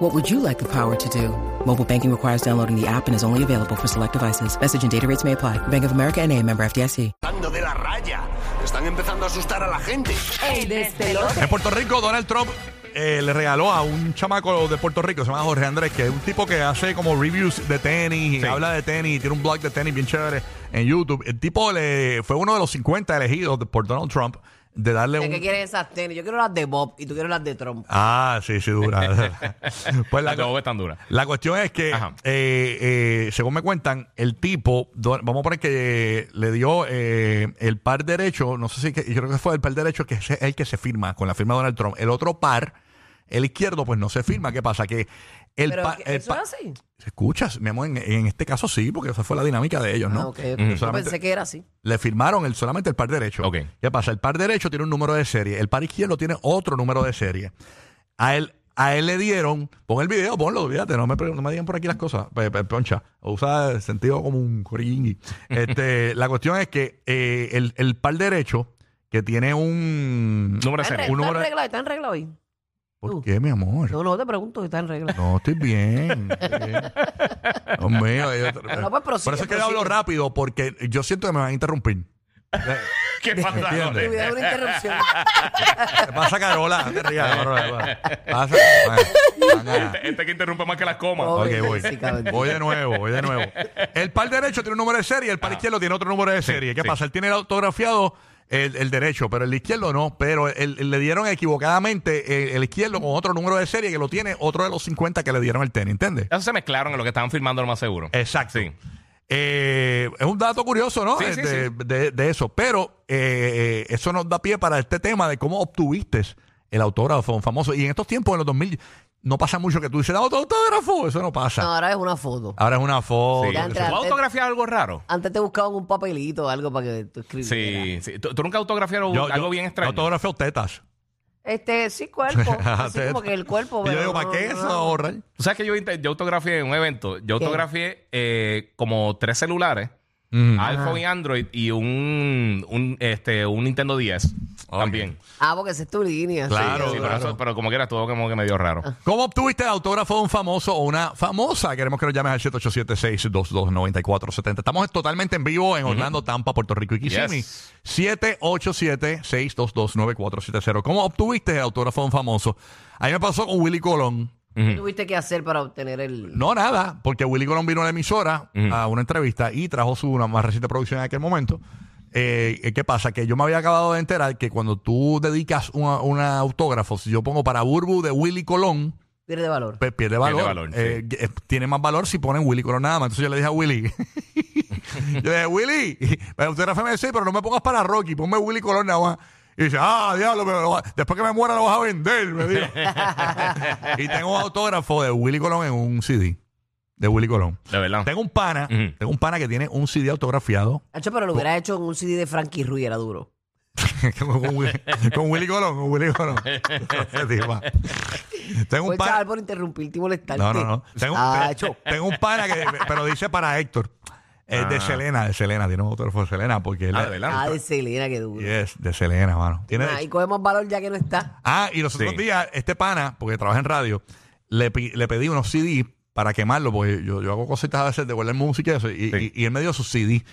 What would you like the power to do? Mobile banking requires downloading the app and is only available for select devices. Message and data rates may apply. Bank of America and a member FDIC. pasando de la raya. Están empezando a asustar a la gente. este En Puerto Rico, Donald Trump eh, le regaló a un chamaco de Puerto Rico, se llama Jorge Andrés, que es un tipo que hace como reviews de tenis, y habla de tenis, y tiene un blog de tenis bien chévere en YouTube. El tipo le, fue uno de los 50 elegidos de- por Donald Trump de darle ¿De un... qué quieres esas tenis? Yo quiero las de Bob y tú quieres las de Trump. Ah, sí, sí, dura. pues La la, de cu- Bob es tan dura. la cuestión es que, Ajá. eh, eh, según me cuentan, el tipo, do- vamos a poner que le dio eh, el par derecho, no sé si, que, yo creo que fue el par derecho que es el que se firma con la firma de Donald Trump. El otro par, el izquierdo, pues no se firma. ¿Qué pasa? Que el Pero par... ¿qué- el ¿eso par- es así? ¿Se escuchas? Mi amor, en, en este caso sí, porque esa fue la dinámica de ellos, ¿no? Ah, ok, ok. Mm. Yo Solamente- pensé que era así. le firmaron el, solamente el par derecho. Ok. ¿Qué pasa? El par derecho tiene un número de serie. El par izquierdo tiene otro número de serie. A él, a él le dieron. Pon el video, ponlo, olvídate. No me, pre- no me digan por aquí las cosas. pe- pe- Poncha. Usa el sentido como un corillingui. Este, la cuestión es que eh, el, el par derecho, que tiene un. Número ¿Está en, cero. re- uno está en ahora- regla, está en regla hoy. ¿Por qué, mi amor? No, no te pregunto, está en regla. No, estoy bien. estoy bien. Dios mío. yo- eh, No, pues prosigue, por eso es que yo prosigue. hablo rápido, porque yo siento que me van a interrumpir. ¿Qué pasa? ¿Entiendes? Jorge? Tuvieron una interrupción. Te pasa Carola, no te rías, Carola. Pasa. Bueno, van a- Este, este que interrumpe más que las comas. Oh. Ok, Pobre voy. Jessica, bendito. Voy de nuevo, voy de nuevo. El par derecho tiene un número de serie, el par izquierdo tiene otro número de serie. ¿Qué Ah. sí. pasa? Él tiene el autografiado el, el derecho, pero el izquierdo no. Pero el- el- le dieron equivocadamente el, el izquierdo con otro número de serie que lo tiene otro de los 50 que le dieron el tenis, ¿entiendes? Eso se mezclaron en lo que estaban filmando, lo más seguro. Exacto. Sí. Eh, es un dato curioso, ¿no? Sí, Eh, sí, de, sí. de- de eso. Pero eh, eh, eso nos da pie para este tema de cómo obtuviste el autógrafo famoso. Y en estos tiempos, en los 2000, no pasa mucho que tú dices, "Dame tu autógrafo. Eso no pasa. No, ahora es una foto. Ahora es una foto. Sí. Ya que ¿Tú entra- eh, Ah, se- has autografiado algo raro? Antes te buscaban un papelito o algo para que tú escribieras. Sí. sí. ¿Tú, tú nunca autografiaron Yo- algo yo- bien yo extraño? Autógrafo tetas. Este, sí, cuerpo. Así como que el cuerpo. Y yo pero digo, ¿para no, qué no, eso no. ahorrar? ¿Tú sabes que yo, inte- yo autografié en un evento? Yo ¿Qué? autografié eh, como tres celulares, iPhone y Android, y un, un, este, un Nintendo 10 también. Ah, porque esa es tu línea. sí. Claro, Sí, pero, claro. eso- pero como que era todo como que medio raro. Ah. ¿Cómo obtuviste el autógrafo de un famoso o una famosa? Queremos que nos llames al 787-622-9470. Estamos totalmente en vivo en Orlando, Tampa, Puerto Rico y Kissimmee. Yes. 787-622-9470. ¿Cómo obtuviste el autógrafo de un famoso? A mí me pasó con Willy Colón. ¿Qué tuviste que hacer para obtener el. No, nada, porque Willy Colón vino a la emisora a una entrevista y trajo su una más reciente producción en aquel momento. Eh, eh, ¿Qué pasa? Que yo me había acabado de enterar que cuando tú dedicas una- un autógrafo, si yo pongo para Burbu de Willy Colón, Pierde valor. Pe- pierde valor. valor, Eh, eh, tiene más valor si ponen Willy Colón nada más. Entonces yo le dije a Willy. yo le dije, Willy, pero usted era FMC, pero no me pongas para Rocky, ponme Willy Colón nada más. Y dice, ah, diablo, pero lo va- después que me muera lo vas a vender, me dijo. y tengo un autógrafo de Willy Colón en un CD. De Willy Colón. De verdad. Tengo un pana, Ujú. tengo un pana que tiene un CD autografiado Hacho, pero lo hubiera hecho en un CD de Frankie Ruiz, era duro. con, con Willy, con Willy Colón, con Willy Colón. Ese tipo. tengo un Fue pana. chaval por interrumpirte y molestarte. No, no, no. Tengo, Ah, te- cho. tengo un pana que, pero dice para Héctor. Es de Ah. Selena, de Selena. Tiene un autógrafo de Selena porque él Ah, es- de verdad. Ah, pues. de Selena, qué duro. Yes, de Selena, mano. Tiene- Ahí cogemos valor ya que no está. ah, y los otros Sí. días, este pana, porque trabaja en radio, le, pi- le pedí unos CD para quemarlo, porque yo, yo hago cositas a veces de guardar música y eso. Y, Sí. y- y él me dio sus CD.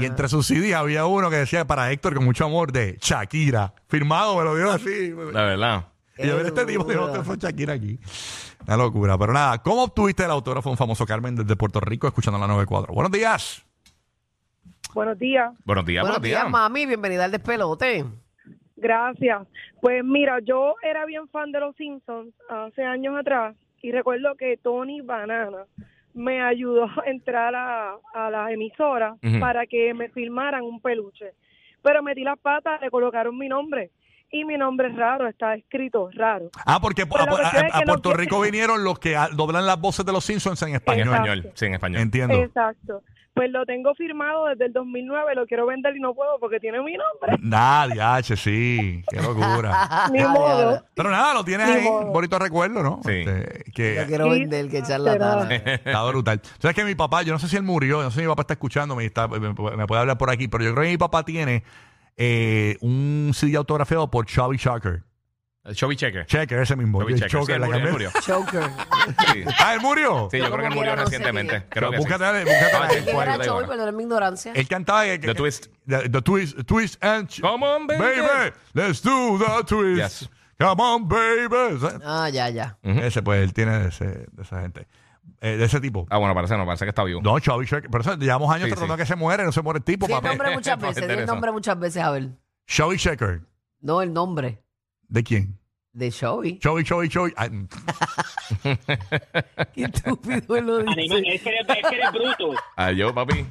Y entre sus CD había uno que decía para Héctor con mucho amor de Shakira. Firmado, me lo dio así. De verdad. Y yo ver este tipo, digo, te fue Shakira aquí. Una locura. Pero nada, ¿cómo obtuviste el autógrafo de un famoso Carmen desde Puerto Rico escuchando la 94? Buenos días. Buenos días. Buenos días, Buenos días, mami. Bienvenida al despelote. Gracias. Pues mira, yo era bien fan de los Simpsons hace años atrás y recuerdo que Tony Banana me ayudó a entrar a, a la emisora Ujú. para que me filmaran un peluche. Pero metí las patas, le colocaron mi nombre y mi nombre es raro, está escrito raro. Ah, porque a, Pero lo que a- sé es a que Puerto los- Rico vinieron los que ah, doblan las voces de los Simpsons en En español. español. Sí, en español. Entiendo. Exacto. Pues lo tengo firmado desde el 2009, lo quiero vender y no puedo porque tiene mi nombre. Nadie, H, sí. Qué locura. Ni modo. Pero nada, lo tienes Ni ahí. modo. Bonito recuerdo, ¿no? Sí. Este, Yo que quiero vender que charlatana. está brutal. Sabes que mi papá, yo no sé si él murió, no sé si mi papá está escuchándome y está, me, me puede hablar por aquí, pero yo creo que mi papá tiene eh, un CD autografiado por Chubby Shocker. El Chubby Checker. Checker, ese mismo. Chubby Yo, Checker. Sí, Shocker, él la murió, él cambié. murió. Choker. Sí. Ah, él murió. Sí, yo creo que él murió Como quiera, no sé recientemente. quién. Creo que sí. Búscate, dale, búscate. Ah, sí. Que Bueno, era da Choker, igual. pero era mi ignorancia. Él cantaba que- que- The Twist. The, the twist, twist and ch- Come on, baby. let's do the twist. Yes. Come on, baby. Ese- Ah, ya, ya. Ujú. Ese pues él tiene de, ese- de esa gente, Eh, de ese tipo. Ah, bueno, parece no, parece que está vivo. No, Chubby Checker. Por eso llevamos años Sí, tratando sí. que se muere, no se muere el tipo, Di el papá. nombre muchas Vamos a veces, di meter el eso. nombre muchas veces, a ver. Chubby Checker. No, el nombre ¿De quién? de Showy. Chubby, Chubby, Chubby. Ay, mm. Qué estúpido lo Animal, dice. es que eres, es que eres bruto. Ah, yo, papi.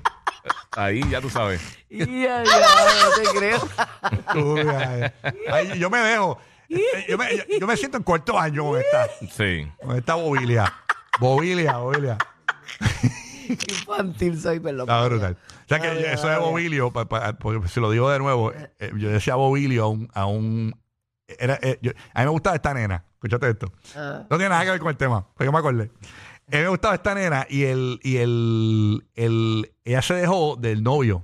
Ahí ya tú sabes. Ya, ya, no te creo. Uy, ay. Ay, yo me dejo. Eh, Yo me, yo- yo me siento en cuarto año con esta, Sí. con esta bobilia. Bobilia, bobilia. Qué infantil soy, perdón. Está brutal. O sea que Dale, eso de dale. Bobilio, pa- pa- porque si lo digo de nuevo, eh, eh, yo decía Bobilio a un. A, un- era, eh, yo- a mí me gustaba esta nena. Escúchate esto. Ah. No tiene nada que ver con el tema, pero yo me acordé. A mí me gustaba esta nena y el, y el, el- ella se dejó del novio.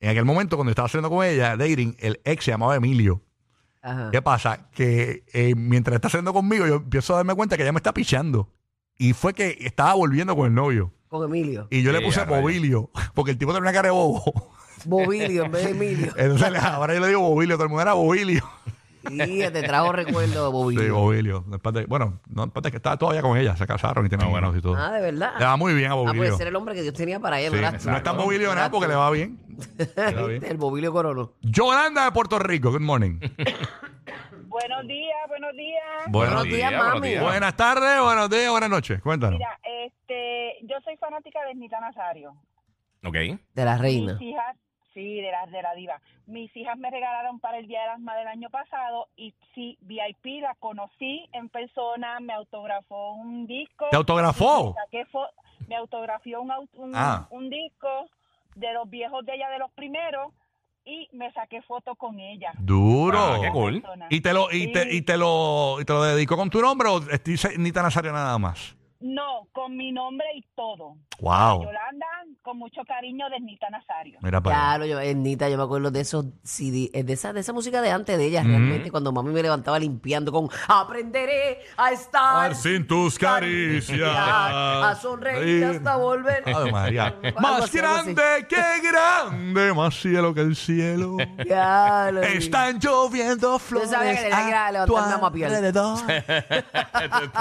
En aquel momento, cuando estaba saliendo con ella, dating, el ex se llamaba Emilio. Ajá. ¿Qué pasa? Que eh, mientras está saliendo conmigo, yo empiezo a darme cuenta que ella me está pichando. Y fue que estaba volviendo con el novio. Con Emilio. Y yo le Sí, puse a rayos. Bobilio, porque el tipo tenía una cara de bobo. Bobilio en vez de Emilio. Entonces le- ahora yo le digo Bobilio, todo el mundo era Bobilio. Y te trajo recuerdo de Sí, Bobilio. Bobilio. Después de- bueno, no, después de que estaba todavía con ella, se casaron y tienen Ah, bueno. buenos y todo. ah, de verdad. Le va muy bien a Ah, Bobilio. puede ser el hombre que Dios tenía para él, Sí, ¿verdad? no es tan Bobilio nada porque le va bien. Le va bien. El Bobilio coronó. Yolanda de Puerto Rico, good morning. Buenos días, buenos días. Bueno, Buenos días, mami. días. buenas tardes, buenos días, buenas noches. Cuéntanos. Mira, este, yo soy fanática de Nita Nazario. Ok. De la reina. Mis hijas, sí, de la, de la diva. Mis hijas me regalaron para el Día de las Madres el año pasado y sí, VIP la conocí en persona, me autografó un disco. ¿Te autografó? Y saqué fo- me autografió un, au- un, Ah. un disco de los viejos de ella, de los primeros, y me saqué foto con ella. Duro. Ah, qué cool. Persona. ¿Y te lo, y te, Sí. y te lo, y te lo dedicó con tu nombre o estoy Nita Nazario nada más? No, con mi nombre y todo. Wow. Yolanda, con mucho cariño de Nita Nazario. Mira Ah, para allá. Claro, yo, Ernita, yo me acuerdo de esos CD, eh, de esa, de esa música de antes de ella, realmente, cuando mami me levantaba limpiando con Aprenderé a estar Sin tus caricias. a sonreír hasta volver. Ave María. Algo más así, algo así. grande que grande, más cielo que el cielo. Ya, lo- Están lloviendo Yo flores. sabía que tenía que ir a a levantar tu una mapiel. alrededor.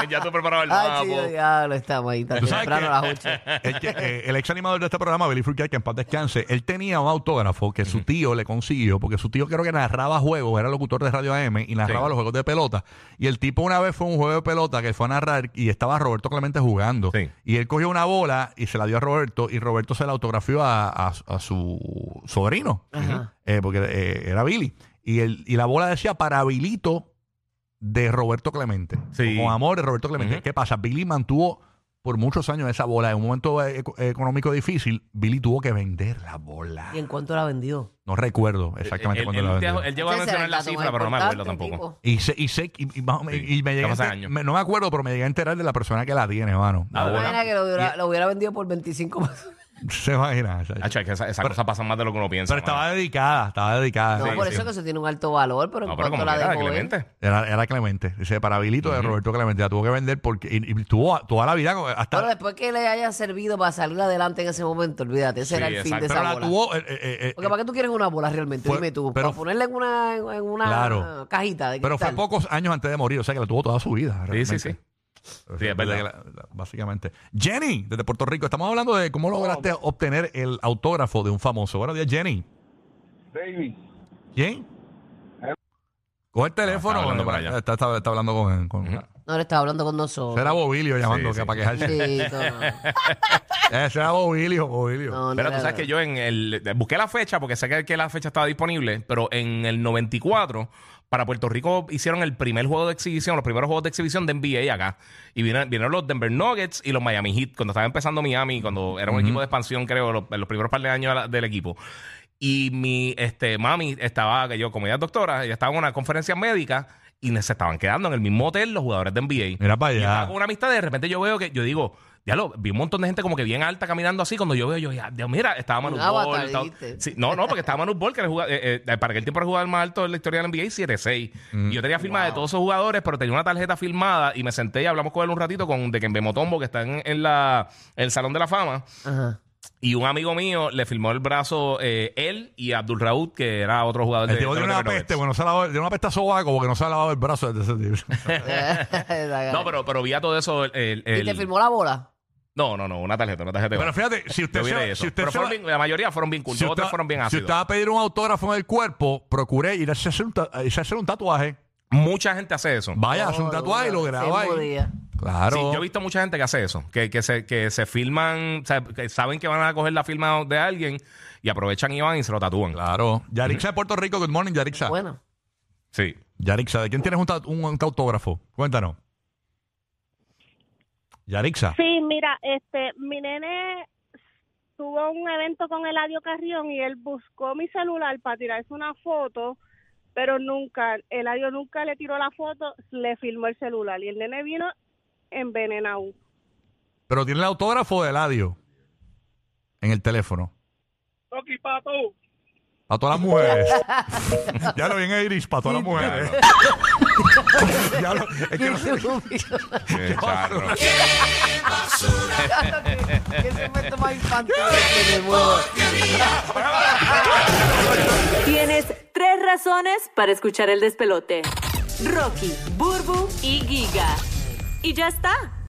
ya tú preparado el Ah, mapa. chido, ya lo estamos ahí, tan Tú sabes temprano que- a las 8. El, que- eh, el ex animador de este programa, Billy Fourcade, que en paz descanse, él tenía un autógrafo que su tío le consiguió, porque su tío creo que narraba juegos, era locutor de Radio AM y narraba Sí. los juegos de pelota. Y el tipo una vez fue a un juego de pelota que fue a narrar y estaba Roberto Clemente jugando. Sí. Y él cogió una bola y se la dio a Roberto y Roberto se la autografió a, a- a su sobrino, eh, porque eh, era Billy. Y, el, y la bola decía para Bilito de Roberto Clemente. Sí. Con amor de Roberto Clemente. Ujú. ¿Qué pasa? Billy mantuvo por muchos años esa bola. En un momento eh, eco- económico difícil, Billy tuvo que vender la bola. ¿Y en cuánto la vendió? No recuerdo exactamente Él, cuándo él la te- vendió. él llegó a Ese era mencionar el la dato más cifra, pero no me acuerdo importante, tipo. tampoco. Y, sé- y, sé- y, y más o menos- Sí, y me llegué a hace enter- años. me- no me acuerdo, pero me llegué a enterar de la persona que la tiene, hermano. Ah, La bueno. bola. Imagina que lo hubiera, lo hubiera vendido por 25 Ah, pesos. Se imagina. o sea, Hacho, Ah, es que esas esa cosas pasan más de lo que uno piensa. pero estaba mano. dedicada, estaba dedicada. No, Sí, por sí. eso que eso tiene un alto valor, pero No, en pero cuanto como la que era ¿eh? dejó él, Clemente. Era, era Clemente, dice, para Bilito de Ujú. Roberto Clemente. La tuvo que vender porque y, y tuvo toda la vida, hasta, Bueno, después que le haya servido para salir adelante en ese momento, olvídate, ese Sí, era el fin de exacto, esa Pero la bola. tuvo. eh, eh, eh, Porque ¿para qué tú quieres una bola realmente? Fue- Dime tú. pero- para ponerla en una, en una Claro. cajita de eh, pero fue cristal. pocos años antes de morir, o sea que la tuvo toda su vida. Sí, sí, realmente. sí. O sea, Sí, es verdad. que la- la- básicamente. Jenny, desde Puerto Rico, estamos hablando de cómo lograste obtener el autógrafo de un famoso. Buenos días, Jenny. Baby, ¿Quién? Coge el teléfono. Ah, estaba hablando por allá. está, está- está hablando con. con Ujú. No, le estaba hablando con nosotros. Será Bobilio llamando Sí, que sí. para quejarse. Bendito, Eh, será Bobilio, Bobilio. no, no, no Pero era- tú sabes que yo en el busqué la fecha porque sé que que la fecha estaba disponible, pero en el 94 Para Puerto Rico hicieron el primer juego de exhibición, los primeros juegos de exhibición de NBA acá. Y vinieron, vinieron los Denver Nuggets y los Miami Heat cuando estaba empezando Miami, cuando era un equipo de expansión, creo, los, los primeros par de años de la- del equipo. Y mi este, mami estaba, que yo, como ella es doctora, ella estaba en una conferencia médica y se estaban quedando en el mismo hotel los jugadores de NBA. Mira para Y estaba allá. con una amistad, de repente yo veo que, yo digo, diablo, vi un montón de gente como que bien alta caminando así. Cuando yo veo, yo, ya, Dios, mira, estaba Manu Un Ball. avatar, estaba- ¿viste? sí, no, no, porque estaba Manu Ball, que era jugador- eh, eh, para aquel tiempo era el jugador más alto de la historia del NBA, 7-6. Mm. Y yo tenía firmada de todos esos jugadores, pero tenía una tarjeta firmada y me senté y hablamos con él un ratito con de Kembe Motombo, que está en, en la, en el Salón de la Fama. Ajá. Y un amigo mío le firmó el brazo eh, él y Abdul Raúd, que era otro jugador El de tipo de tiene los una Rockets. peste, bueno, se ha lavado- tiene una peste a sobaco porque no se ha lavado el brazo de ese tipo. No, pero, pero vi a todo eso. El, el- ¿Y te firmó la bola? No, no, no, una tarjeta, una tarjeta. de Pero gol. fíjate, si usted Yo se, vi va- eso. si usted pero se fueron va- bien- la mayoría fueron bien cool, si los usted- otros fueron bien si ácidos. usted va a pedir un autógrafo en el cuerpo, procuré ir a hacerse un, ta- a irse a hacer un tatuaje. Mucha gente hace eso. Vaya, hace un tatuaje y lo graba Se ahí. podía. Claro. Sí, yo he visto mucha gente que hace eso, que, que, se, que se filman, o sea, que saben que van a coger la firma de alguien y aprovechan y van y se lo tatúan. Claro. Yarixa de Puerto Rico, good morning, Yarixa. Bueno. Sí. Yarixa, ¿de quién tienes un, ta- un- un autógrafo? Cuéntanos. Yarixa. Sí, mira, este, mi nene tuvo un evento con Eladio Carrión y él buscó mi celular para tirarse una foto, pero nunca, Eladio nunca le tiró la foto, le filmó el celular y el nene vino envenenado. Pero tiene el autógrafo de Eladio en el teléfono. Toki Pato. Para todas las mujeres. ya lo vi en Iris, para todas las mujeres. ya lo, es que no sé- Qué charro. Que se fue más infantil que me muevo. Tienes tres razones para escuchar el despelote. Rocky, Burbu y Giga. Y ya está.